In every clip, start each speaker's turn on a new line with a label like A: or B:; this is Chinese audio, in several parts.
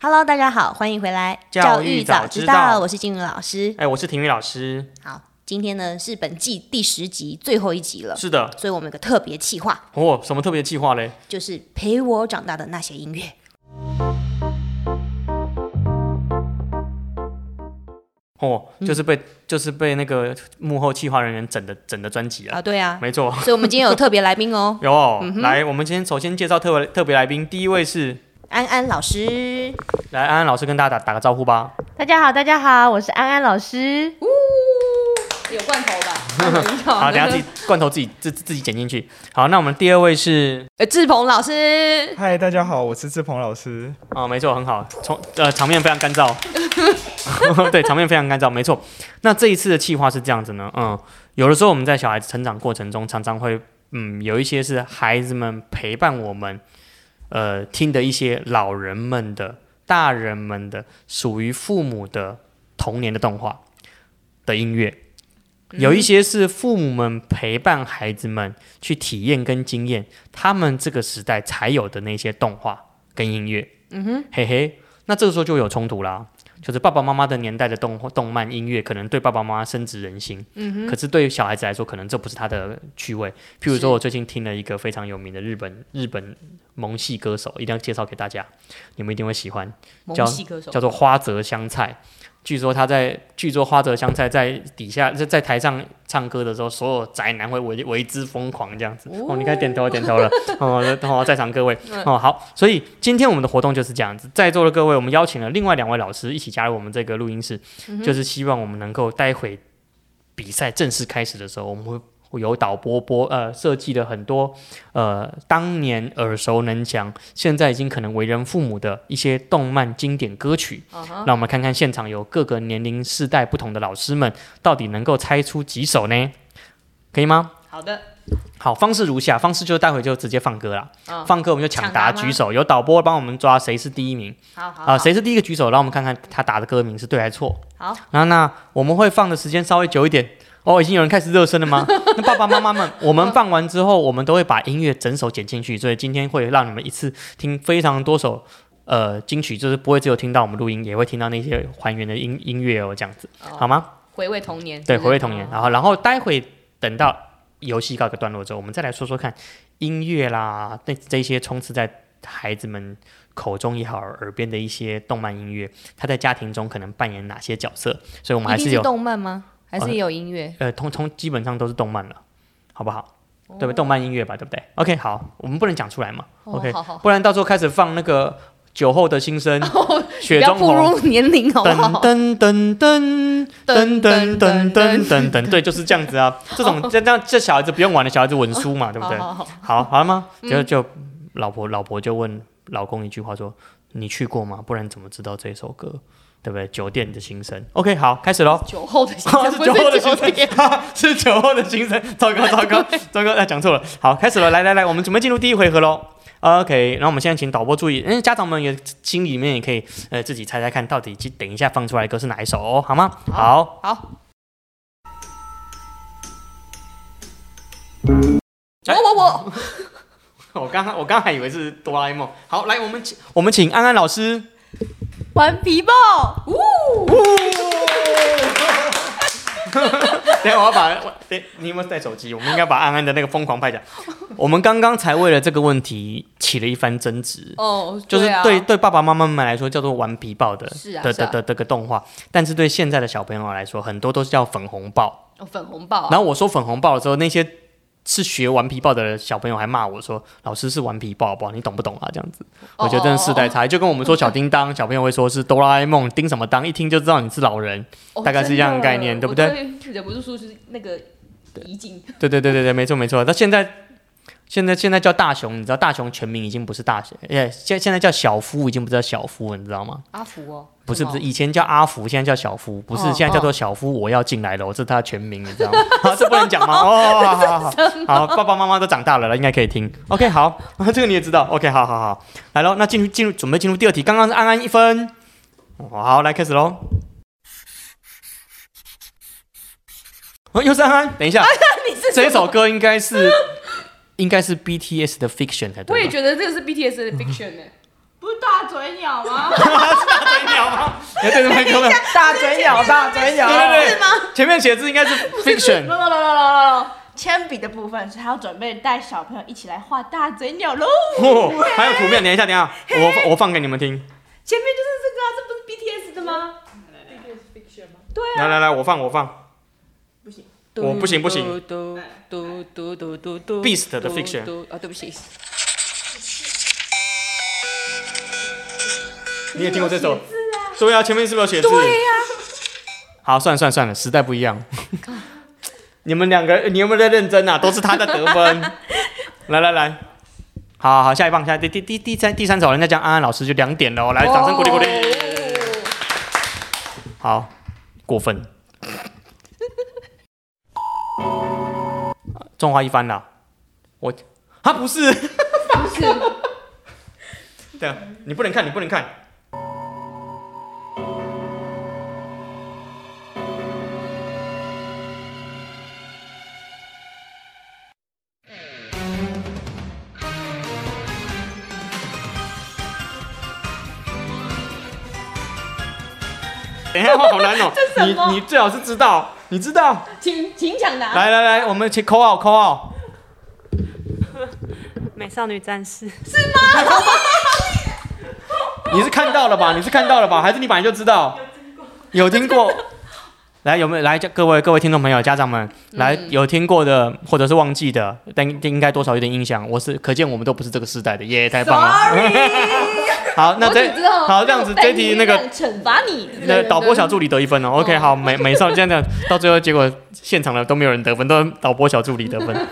A: Hello，大家好，欢迎回来。
B: 教育早知道
A: 我是金云老师。
B: 哎，我是体育老师。
A: 好，今天呢是本季第十集最后一集了，
B: 是的，
A: 所以我们有个特别企划，
B: 哦，什么特别计划嘞？
A: 就是陪我长大的那些音乐。
B: 哦，就是被、就是被那个幕后企划人员整的整的专辑啊，
A: 啊，对啊，
B: 没错。，
A: 所以我们今天有特别来宾哦
B: 有、来，我们先首先介绍特别特别来宾，第一位是
A: 安安老师。
B: 来安安老师跟大家打打个招呼吧。
C: 大家好，大家好，我是安安老师。
A: 有罐头吧？ 哦
B: 好，等一下自己罐头自己自自己剪进去。好，那我们第二位是
A: 呃，志鹏老师，
D: 嗨，大家好，我是志鹏老师。
B: 哦，没错，很好，从呃场面非常干燥， 对，场面非常干燥，没错。那这一次的计划是这样子呢，嗯，有的时候我们在小孩子成长过程中，常常会，嗯，有一些是孩子们陪伴我们，呃，听的一些老人们的、大人们的，属于父母的童年的动画的音乐。有一些是父母们陪伴孩子们去体验跟经验他们这个时代才有的那些动画跟音乐。嘿嘿，那这个时候就有冲突啦。就是爸爸妈妈的年代的动动漫音乐，可能对爸爸妈妈深植人心，嗯、可是对于小孩子来说，可能这不是他的趣味。譬如
A: 是
B: 说，我最近听了一个非常有名的日本日本萌系歌手，一定要介绍给大家，你们一定会喜欢，叫
A: 萌系歌手
B: 叫做花泽香菜。据说他在据说花泽香菜在底下在在台上唱歌的时候，所有宅男会为为之疯狂这样子。哦，你该点头点头了。哦，哦，在场各位，哦好，所以今天我们的活动就是这样子，在座的各位，我们邀请了另外两位老师一起加入我们这个录音室，就是希望我们能够待会比赛正式开始的时候，我们会。会有导播播呃设计了很多呃当年耳熟能详，现在已经可能为人父母的一些动漫经典歌曲，让我们看看现场有各个年龄世代不同的老师们到底能够猜出几首呢？可以吗？
A: 好的，
B: 好，方式如下，方式就是待会就直接放歌啦，
A: 嗯
B: 放歌我们就抢答
A: 抢答吗
B: 举手，有导播帮我们抓谁是第一名
A: 好好
B: 啊、谁是第一个举手，让我们看看他打的歌名是对还是错。
A: 好，
B: 然后那我们会放的时间稍微久一点。哦，已经有人开始热身 了吗？那爸爸妈妈们，我们放完之后，我们都会把音乐整首剪进去，所以今天会让你们一次听非常多首呃金曲，就是不会只有听到我们录音，也会听到那些还原的音音乐哦，这样子
A: 哦
B: 好吗？
A: 回味童年，
B: 对，
A: 是不
B: 回
A: 是
B: 味童年。然后，然后待会等到游戏告一个段落之后，我们再来说说看音乐啦，那这些充斥在孩子们口中也好，耳边的一些动漫音乐，它在家庭中可能扮演哪些角色？所以我们还
A: 一定
B: 是有
A: 是动漫吗？还是也有音乐？
B: 呃，通通基本上都是动漫了，好不好？对吧？动漫音乐吧，对不对？OK，好，我们不能讲出来嘛、
A: 哦
B: o k
A: 好好好
B: 不然到时候开始放那个酒后的 心声，
A: 哦不
B: 雪
A: 要
B: 中
A: 步
B: 红。
A: 入年龄好不好？
B: 噔噔噔噔噔噔噔噔噔，对，就是这样子 啊。这种这这样这小孩子不用玩的，小孩子文书嘛，对不对？
A: 好好好
B: 好，好了吗？就就老婆老婆就问老公一句话说：“你去过吗？不然怎么知道这首歌？对不对？酒店的心声。”OK，好，开始喽。
A: 酒后 的心
B: 哦是
A: 声，
B: 酒后
A: 不
B: 的
A: 是酒
B: 心
A: 店。
B: 声，是酒后的心声。 糟糕，糟糕，糟糕，啊，讲错了。好，开始了，来来来，我们准备进入第一回合喽。OK，然后我们现在请导播注意，嗯，家长们也心里面也可以，呃，自己猜猜看到底等一下放出来的歌是哪一首哦，好吗？好，
A: 好，
B: 哎
A: 我我我，
B: 我刚刚我刚还以为是哆啦 A 梦。好，来，我们请我们请安安老师。
C: 顽皮豹，
B: 等一下我要把，我等你有没有带手机？我们应该把安安的那个疯狂派讲。我们刚刚才为了这个问题起了一番争执。
A: 哦，
B: 就是
A: 啊
B: 对对爸爸妈妈们来说叫做玩皮豹的
A: 是啊
B: 的
A: 是啊
B: 的的这个动画，但是对现在的小朋友来说，很多都是叫粉红豹。
A: 哦粉红豹啊，
B: 然后我说粉红豹的时候，那些是学顽皮豹的小朋友还骂我说：“老师是顽皮豹，好不好？你懂不懂啊？”这样子，
A: 哦
B: 我觉得真的世代差异，就跟我们说小叮当，小朋友会说是哆啦 A 梦，叮什么当，一听就知道你是老人。
A: 哦
B: 大概是一样的概念对不？对
A: 真的我都会忍不住说是那个。移景
B: 对对对对对，没错没错。到现在现在现在叫大雄，你知道大雄全名已经不是大雄，哎，现现在叫小夫，已经不叫小夫，你知道吗？
A: 阿福哦，
B: 不是不是，
A: 什么
B: 以前叫阿福，现在叫小夫，不是，
A: 哦
B: 现在叫做小夫。我要进来了，我是他的全名，你知道吗？好，这不能讲吗？哦，好好好，好，爸爸妈妈都长大了了，应该可以听。OK，好，这个你也知道。OK，好好好，来喽，那进入进入准备进入第二题，刚刚是安安一分，好，来开始喽。哦，又是安安，等一下，这首歌应该是应该是 BTS 的 Fiction 才对吧。
E: 我也觉得这个是 BTS 的 fiction
A: 欸
E: 呢、不是大嘴鸟吗？
B: 得鸟吗？你要对着麦克风。
D: 大嘴鸟，大嘴鸟
B: 对对对，前面写字应该是 fiction，
E: no no no no no no，铅笔的部分是还要准备带小朋友一起来画大嘴鸟喽。
B: 哦， 还有图片，等一下，等一下，我我放给你们听。
E: 前面就是这个啊，这不是 BTS 的吗？
B: 来来来，我放我放。我不行不行，
F: 嘟嘟嘟嘟嘟嘟
B: Beast 的 fiction
F: 嘟啊，对不起，
B: 你也听过这首？对啊，前面是不是有写字？对呀。好，算了算了算了，时代不一样。 你们两个，你有没有在认真啊？都是他在得分。 来来来，好好，下一棒，下一第第第第三第三首，人家讲安安老师就两点了哦，来， 掌声鼓励鼓励。
A: 哦
B: 好，过分。中华一番啦，我啊不是，不是，对啊，你不能看，你不能 看。等一下，好难哦、你你最好是知道，你知道。
E: 请请抢答。
B: 来来来，我们去 call out call out。
F: 美少女战士，
B: 你是看到了吧？你是看到了吧？还是你本来就知道？有听过。来，有没有来家各位各位听众朋友、家长们，
F: 嗯
B: 来有听过的或者是忘记的，但应该多少有点印象。我是可见我们都不是这个时代的，耶，太棒了！ 好，那
E: 我
B: 这
E: 只知道
B: 好这样子，这题那个
E: 惩罚你，
B: 那导播小助理得一分哦。OK，好，美美少这样讲，到最后结果现场的都没有人得分，都是导播小助理得 分。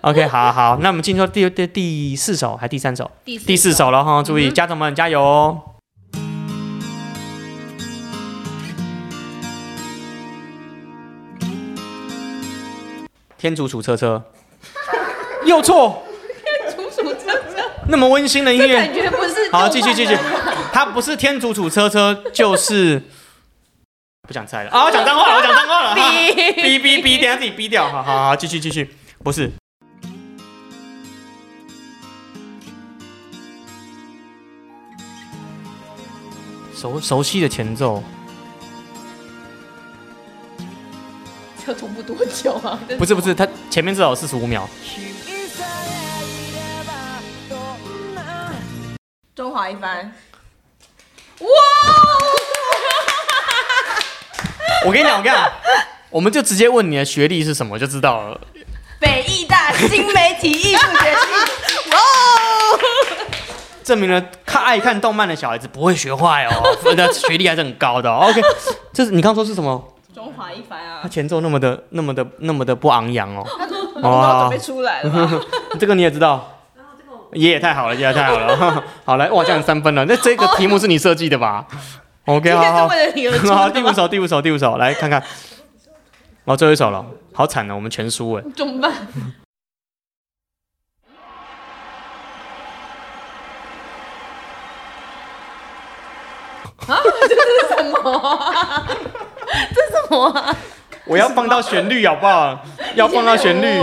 B: OK，好好，那我们进入第第第四首还是第三首？
A: 第
B: 第四首嗯了哈，注意、家长们加油哦！天竺鼠车 车，又错。那么温馨的音乐，
E: 感觉不是。
B: 好，继续继续。他不是天竺鼠车车，就是 不想猜了啊！我讲脏话了，我讲脏话了， 哈哔哔哔，等下自己逼掉。好好好，继续继续，不是。熟熟悉的前奏，
E: 这同步多久啊？
B: 不是不是，它前面至少四十五秒。
E: 中华一番。哇！
B: 我跟你讲，我跟你讲，我们就直接问你的学历是什么就知道了。
E: 北艺大新媒体艺术学系。哇！
B: 证明了看爱看动漫的小孩子不会学 坏哦，的学历还是很高的、哦。OK，这是你刚说是什么？
E: 中华一番
B: 他
E: 啊，
B: 前奏那么的、那么的、那么的不昂扬哦。
E: 他都都要准备出来了吧。
B: 这个你也知道。耶，太好了，耶，太好了。 好来，哇，这样三分了。那这个题目是你设计的吧？OK，
E: 今
B: 好
E: 天
B: 好
E: 是
B: 好。
E: 为了你而 出
B: 好，
E: 的
B: 第五
E: 吗。
B: 首，第五首，第五首，来看看。哦，最后一首了，好惨哦，我们全输哎。
E: 怎么办？
B: 我要放到旋律好不好？要放到旋律。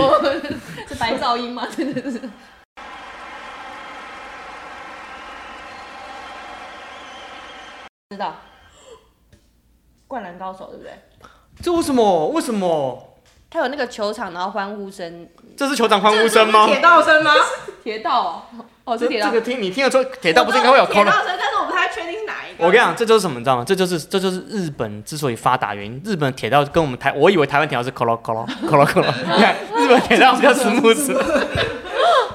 E: 是白噪音吗？真的是。知道，灌篮高手对不对？
B: 这为什么？为什么？
A: 他有那个球场，然后欢呼声，
B: 这是酋长欢呼声吗？
E: 铁道声吗？铁道哦，哦是
B: 这
E: 铁道
B: 这。个听你听得出铁道不是应该会有
E: 铁
B: call
E: 道
B: 的？
E: 声，但是我不太确定是哪一个。
B: 我跟你讲，这就是什么，你知道吗？这就是这就是日本之所以发达原因。日本铁道跟我们台，我以为台湾铁道是 colo colo colo colo，你看日本铁道比较 smooth，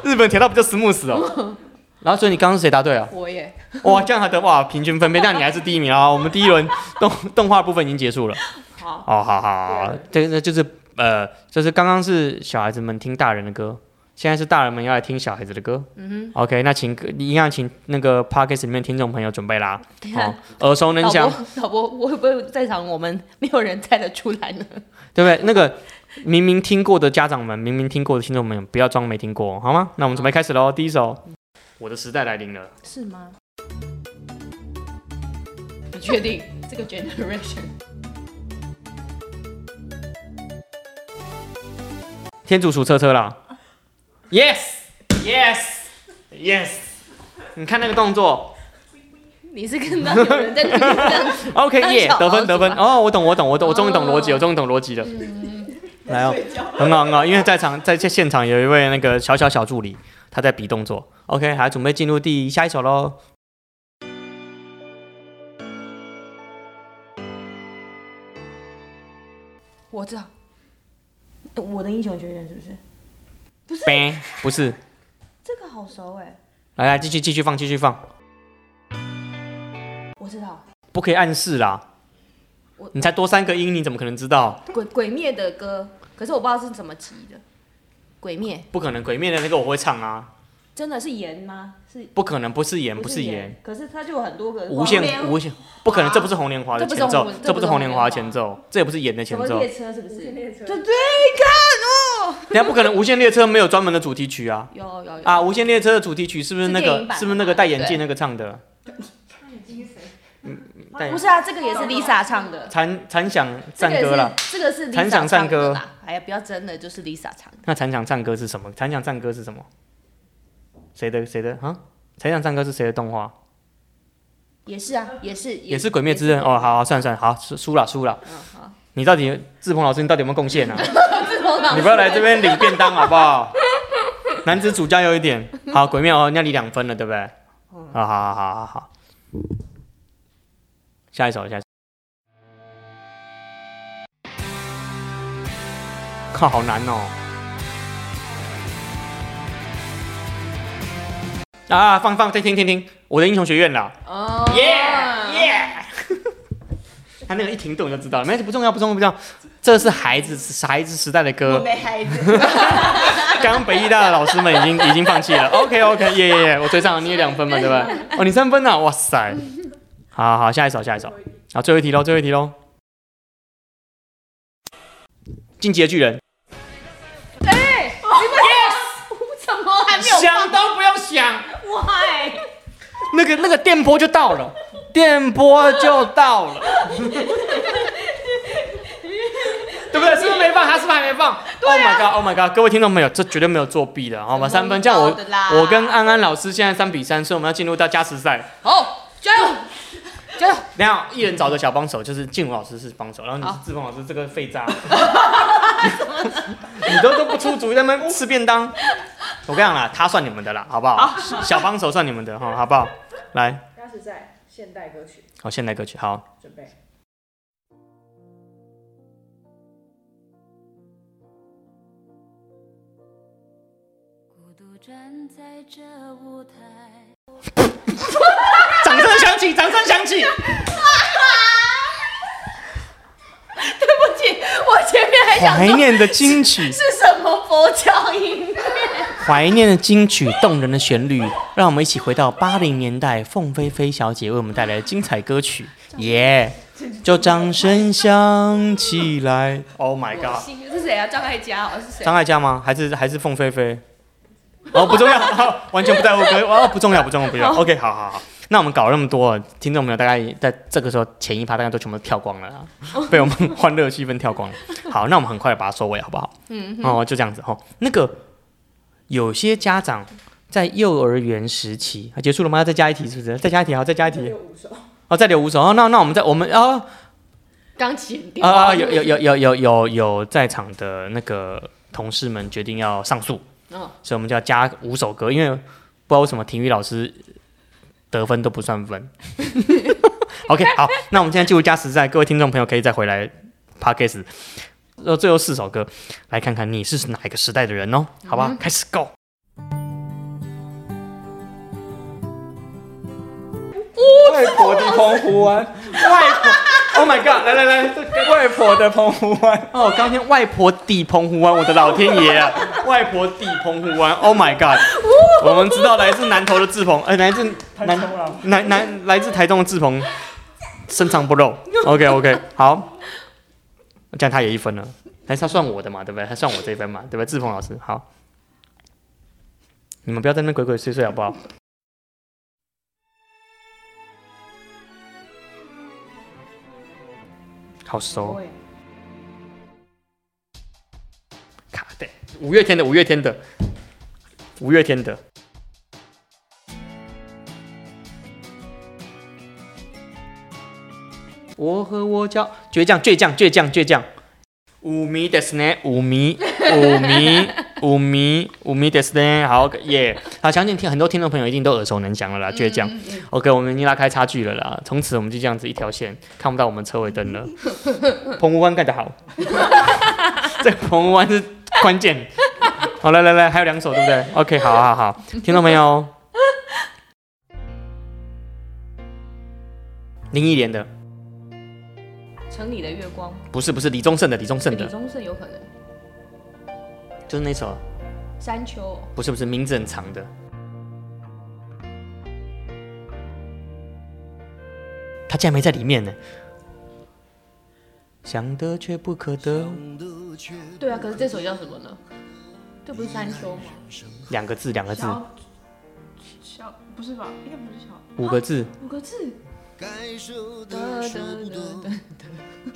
B: 日本铁道比较 smooth 哦。然后所以你刚刚是谁答对啊？
E: 我耶，
B: 哇，这样还得哇平均分配，但你还是第一名啊！我们第一轮动动画部分已经结束了。
E: 好，
B: 哦，好好好，这个就是呃，就是刚刚是小孩子们听大人的歌，现在是大人们要来听小孩子的歌。嗯哼，OK，那请一样请那个 p o d c a s t 里面听众朋友准备 啦。哦，耳熟能
A: 导
B: 详，
A: 播，导播，我会不会在场我们没有人猜得出来呢？
B: 对不对？那个明明听过的家长们，明明听过的听众们，不要装没听过，好吗？那我们准备开始喽。第一首，《我的时代来临了》。
A: 是吗？你确定这个 generation？
B: 天竺鼠车车啦。Yes, yes, yes。你看那个动作
A: 你是看到有人在那边这 样子
B: ，OK
A: 当
B: 耶、
A: 小
B: 得
A: 老
B: 分
A: 鼠
B: 得分。
A: 吧
B: 哦，我懂我懂我懂，我终于懂逻辑，
A: 哦
B: 我终于懂逻辑了。
A: 嗯
B: 来哦，很好很好，因为在场在现场有一位那个小小小助理，他在比动作。OK，好，准备进入第下一首喽。
E: 我知道，我的英雄学院是不是？
B: bang，不是，
E: 这个好熟哎、
B: 来来继续继续放继续放，
E: 我知道，
B: 不可以暗示啦
A: 我。
B: 你才多三个音，你怎么可能知道？
A: 鬼鬼灭的歌，可是我不知道是怎么集的。鬼灭
B: 不可能，鬼灭的那个我会唱啊，
E: 真的是盐吗？是
B: 不可能，不是盐，不是盐。
E: 盐，可是它就有很多个
B: 无限
E: 光
B: 无限，不可能，这不是红莲华的
A: 这不
B: 前
A: 是
B: 奏
A: 红，
B: 这不是红莲
A: 这不是红莲华
B: 华的前奏，这也不是盐的前
E: 什么
B: 奏，
E: 列车是不是？对对，
B: 人家不可能无限列车没有专门的主题曲啊
A: 有有有
B: 啊！无限列车的主题曲是不是那
A: 是电
B: 个
A: 影版的
B: 是不是那个戴眼镜那个唱的？嗯戴眼
E: 不
B: 镜谁？
E: 是啊，这个也是 Lisa 唱的
B: 嗯，戴，残残响
A: 这
B: 赞
A: 个也
B: 歌
A: 是
B: 啦。
A: 这个是 Lisa
B: 残响赞歌
A: 唱的啦。哎呀，不要真的，就是 Lisa 唱的。
B: 那残响赞歌是什么？残响赞歌是什么？谁的谁的啊？残响赞歌是谁的动画？
A: 也是啊，也是
B: 也是《鬼灭之刃》嗯哦。好，好算算好，输输了输了。你到底志鹏老师，你到底有没有贡献 啊？你不要来这边领便当好不好？ 男子主加油一点。好，鬼灭哦，那你两分了，对不对？好好好好好好。下一首，下一首。靠，好难哦。啊，放放，再听听听，我的英雄学院啦。
A: 哦，
B: 他那个一停顿我就知道了，没关系，不重要，不重要，不重要。这是孩子孩子时代的
E: 我
B: 歌，
E: 哦没孩子，
B: 刚刚北艺大的老师们已经已经放弃了。OK OK，耶耶耶，我追上了，你有两分嘛，对不对？哦，你三分了、哇塞！好好，下一首，下一首，好，最后一题喽，最后一题喽。进击的巨人，
A: 哎怎么还没有
B: 想都不用想，
A: 坏？
B: 那个那个电波就到了，电波就到 了，对不对？是不是没放？他是不是还没放、o
A: 啊
B: h Oh my god！Oh my god！各位听众朋友，这绝对没有作弊的，好吗？三分，这样我
A: 的啦
B: 我跟安安老师现在三比三，所以我们要进入到加时赛。
A: 好，加油！
B: 等一下一人找个小帮手，就是静茹老师是帮手，然后你是志鹏老师这个废渣，你都都不出主意，在那边吃便当。我跟你讲啦，他算你们的啦，好不好？小帮手算你们的哈，好不好？来，
D: 那是在现代歌曲，
B: 好，现代歌曲，好。
D: 准备。
G: 孤独站在这舞台，
B: 掌声响起，掌声响起。
A: 对不起，我前面还想
B: 怀
A: 说
B: 念的金曲，
A: 是什么佛教音乐，
B: 怀念的金曲，动人的旋律，让我们一起回到八零年代，凤飞飞小姐为我们带来的精彩歌曲，耶、就掌声响起来。Oh my god！
A: 是谁啊？张艾嘉哦，是谁？
B: 张艾嘉吗？还是还是凤飞飞？哦，不重要， 好完全不在乎歌，哦，不重要，不重要，不重要。OK，好好好。那我们搞了那么多，听众朋友大概在这个时候前一趴大概都全部跳光 了啦，被我们欢乐气氛跳光了。好，那我们很快地把它收尾，好不好？嗯，哦，就这样子哈、哦。那个有些家长在幼儿园时期，啊、结束了吗？要再加一题是不是？再加一题，好，再加一题。哦，再留五首。哦，那那我们再我们哦，
A: 钢琴调
B: 啊啊！有有有有有有有在场的那个同事们决定要上诉，
A: 嗯
B: 所以我们就要加五首歌，因为不知道为什么体育老师得分都不算分。OK，好，那我们现在进入加时赛，各位听众朋友可以再回来 Podcast。呃，最后四首歌，来看看你是哪一个时代的人哦，好吧？开始 Go。
D: 外国的澎湖湾，
B: 外国 Oh my god！来来来，这外婆的澎湖湾哦，当天外婆抵澎湖湾，我的老天爷啊！外婆抵澎湖湾，Oh my god！我们知道来自南投的志鹏，哎、来自南南南来自台中的志鹏，深藏不露。OK OK，好，这样他也一分了，但是他算我的嘛，对不对？他算我这一分嘛，对不对？志鹏老师，好，你们不要在那边鬼鬼祟祟好不好？好熟哦。卡带，五月天的，五月天的，五月天的。我和我叫倔强，倔强，倔强，倔强。五迷的是呢，五迷，五迷， 五迷，五迷的是呢。好耶好，相信听很多听众朋友一定都耳熟能详了啦，倔强。OK，我们已经拉开差距了啦，从此我们就这样子一条线， 看不到我们车尾灯了。澎湖湾盖得好， 这个澎湖湾是关键。好，来来来，还有两首对不对？OK，好好好，听到没有？林忆莲的
A: 城里的月光，
B: 不是不是李宗盛的李宗盛
A: 李
B: 的，
A: 宗盛有可能，
B: 就是那首
A: 山丘哦
B: 不是不是名字很长的。他竟然没在里面呢。想得却不可得，
A: 对啊，可是这首叫什么呢？这不是山丘吗？
B: 两个字两个字，
E: 小小不是吧？应该不是小
B: 五个字，
E: 五个字。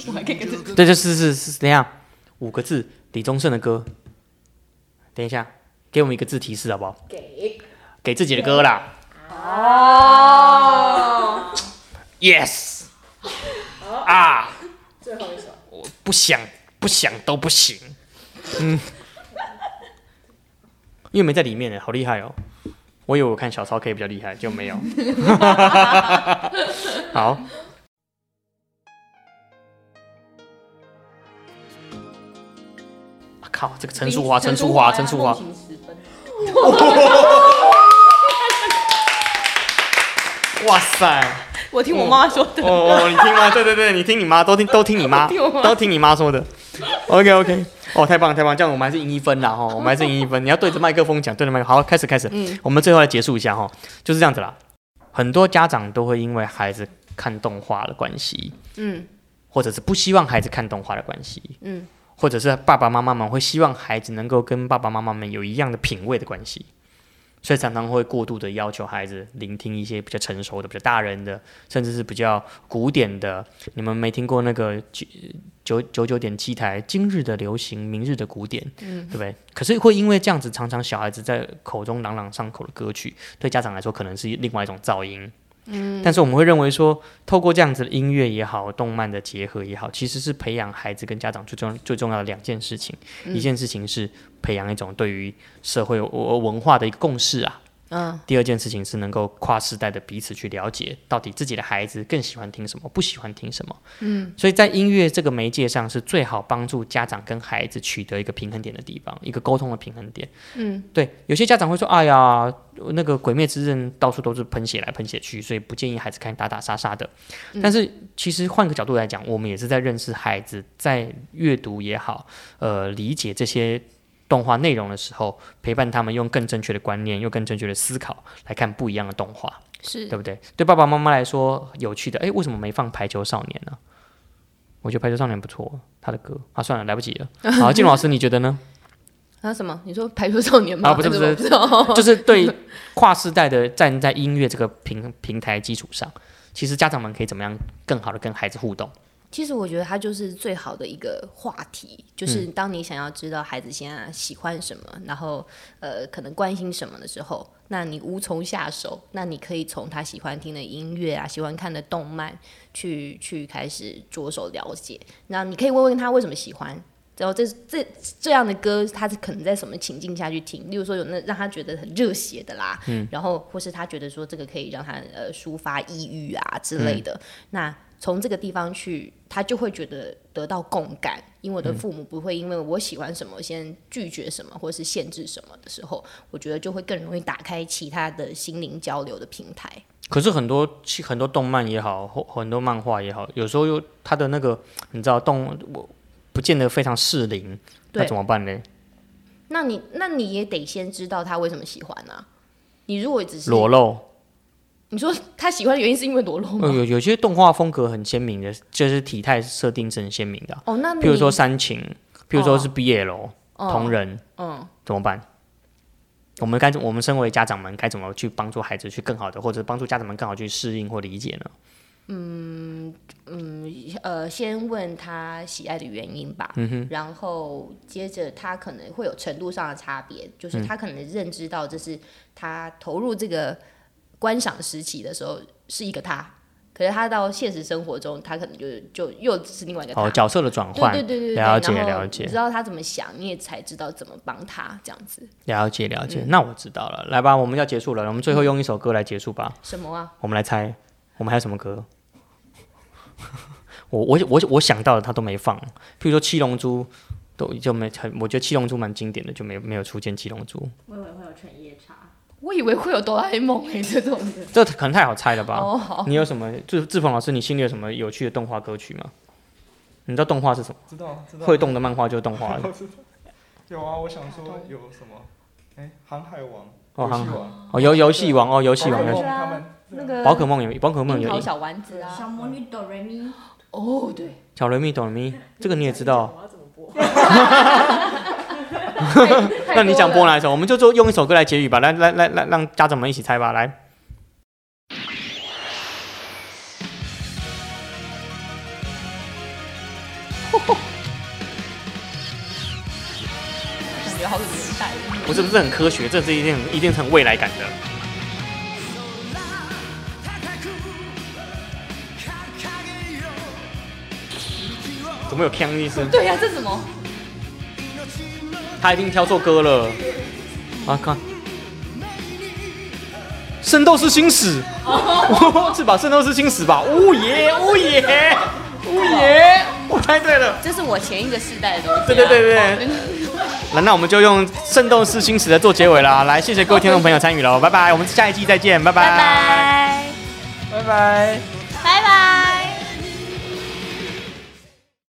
E: 我还可以跟着
B: 对对是是是，等一下，五个字，李宗盛的歌。等一下，给我们一个字提示好不好？给给自己的歌啦。
A: 啊
B: 哦，yes，啊，最后一首，我不想不想都不行，嗯，因为没在里面呢，好厉害哦。我以为我看小超可以比较厉害，就没有。 好，啊、靠，这个陈淑华，陈淑华，陈淑华， 哇塞！
E: 我听我妈说的，
B: 哦，哦，你听吗？对 对对，你听你妈，都听都听你妈，都听你妈说的。OK OK，哦，太棒了太棒了，这样我们还是赢一分啦哈，我们还是赢一分。你要对着麦克风讲，对着麦克风，好，开始开始。我们最后来结束一下哈，就是这样子啦。很多家长都会因为孩子看动画的关系，
A: 嗯，
B: 或者是不希望孩子看动画的关系，
A: 嗯，
B: 或者是爸爸妈妈们会希望孩子能够跟爸爸妈妈们有一样的品味的关系，所以常常会过度的要求孩子聆听一些比较成熟的、比较大人的，甚至是比较古典的。你们没听过那个九九九九点七台今日的流行，明日的古典，对不对？可是会因为这样子，常常小孩子在口中朗朗上口的歌曲，对家长来说可能是另外一种噪音。嗯，但是我们会认为说，透过这样子的音乐也好，动漫的结合也好，其实是培养孩子跟家长最重最重要的两件事情。一件事情是培养一种对于社会文文化的一个共识啊。
A: 嗯，
B: 第二件事情是能够跨世代的彼此去了解，到底自己的孩子更喜欢听什么，不喜欢听什么。嗯，所以在音乐这个媒介上，是最好帮助家长跟孩子取得一个平衡点的地方，一个沟通的平衡点。嗯，对，有些家长会说：“哎呀，那个《鬼灭之刃》到处都是喷血来喷血去，所以不建议孩子看打打杀杀的。但是其实换个角度来讲，我们也是在认识孩子，在阅读也好，呃，理解这些动画内容的时候，陪伴他们用更正确的观念，用更正确的思考来看不一样的动画，
A: 是
B: 对不对？对爸爸妈妈来说，有趣的，哎，为什么没放《排球少年》呢？我觉得《排球少年》不错，他的歌啊，算了，来不及 了。好，静茹老师，你觉得呢？
A: 还有啊什么？你说《排球少年》吗？
B: 啊不是
A: 还
B: 不是
A: 我不知道，
B: 就是对跨世代的站在音乐这个平平台基础上，其实家长们可以怎么样更好的跟孩子互动？
A: 其实我觉得它就是最好的一个话题，就是当你想要知道孩子现在喜欢什么，然后呃可能关心什么的时候，那你无从下手，那你可以从他喜欢听的音乐啊、喜欢看的动漫去去开始着手了解。那你可以问问他为什么喜欢。然后这这这样的歌，他是可能在什么情境下去听？例如说有那让他觉得很热血的啦，然后或是他觉得说这个可以让他呃抒发抑郁啊之类的，那从这个地方去，他就会觉得得到共感，因为
B: 嗯
A: 我的父母不会因为我喜欢什么先拒绝什么，或是限制什么的时候，我觉得就会更容易打开其他的心灵交流的平台。
B: 可是很多其很多动漫也好，或很多漫画也好，有时候又它的那个你知道动我不见得非常适龄，那
A: 对
B: 怎么办呢？
A: 那你那你也得先知道他为什么喜欢啊。你如果只是
B: 裸露，
A: 你说他喜欢的原因是因为裸露吗？
B: 呃有有些动画风格很鲜明的，就是体态设定是很鲜明的啊，
A: 哦，那你
B: 譬如说煽情，譬如说是
A: 哦
B: BL、同，人，
A: 哦
B: 怎么办？我们该怎我们身为家长们该怎么去帮助孩子去更好的，或者帮助家长们更好去适应或理解呢？
A: 嗯呃，先问他喜爱的原因吧，
B: 嗯
A: 然后接着他可能会有程度上的差别，
B: 嗯
A: 就是他可能认知到这是他投入这个观赏时期的时候是一个他，可是他到现实生活中，他可能就就又是另外一个他。
B: 哦，角色的转换，
A: 对对对对对，
B: 了解
A: 然后
B: 了解
A: 你知道他怎么想，你也才知道怎么帮他这样子。
B: 了解了
A: 嗯
B: 解、那我知道了。来吧，我们要结束了，我们最后用一首歌来结束吧。
A: 什么啊？
B: 我们来猜，我们还有什么歌？ 我我我我想到的他都没放，譬如说《七龙珠》都就没很，我觉得《七龙珠》蛮经典的，就没没有出现《七龙珠》，
E: 我以为会有犬夜叉，
A: 我以为会有哆啦 A 梦哎、这种的。
B: 这可能太好猜了吧？
A: 哦，好，
B: 你有什么？志志鹏老师，你心里有什么有趣的动画歌曲吗？你知道动画是什么？
H: 知道知道。
B: 会动的漫画就是动 画了
H: 有啊，我想说有什么？哎，航海王、
B: 哦
H: 游
B: 航
H: 戏王、
B: 哦，游游戏王哦，游戏
H: 宝
B: 王
H: 可
B: 游
H: 梦
B: 戏
H: 他们
E: 那个
B: 宝可梦有宝可梦
A: 樱
B: 有
A: 桃
B: 影
A: 小丸子啊，
E: 小魔女哆瑞咪，
A: 哦对，
B: 小雷咪、哆来咪，这个你也知道。
D: 我要怎么播？
B: 那你想播
A: 了？
B: 哪一首？我们就做用一首歌来结语吧，来来来来，让家长们一起猜吧，来。
A: 感觉好有年代。
B: 不是不是很科学，这是一定一定很未来感的。怎么有腔一声？
E: 啊
A: 对呀、这什么？
B: 他一定挑错歌了。啊，看，《圣斗士星矢》 是吧？《圣斗士星矢》吧？呜耶，呜耶，呜耶！我猜对了。
A: 这是我前一个世代的东西、啊。
B: 对对对对。那那我们就用《圣斗士星矢》来做结尾了啊。来，谢谢各位听众朋友参与了，拜拜，我们下一季再见，拜
C: 拜拜，
H: 拜拜。
C: 拜拜。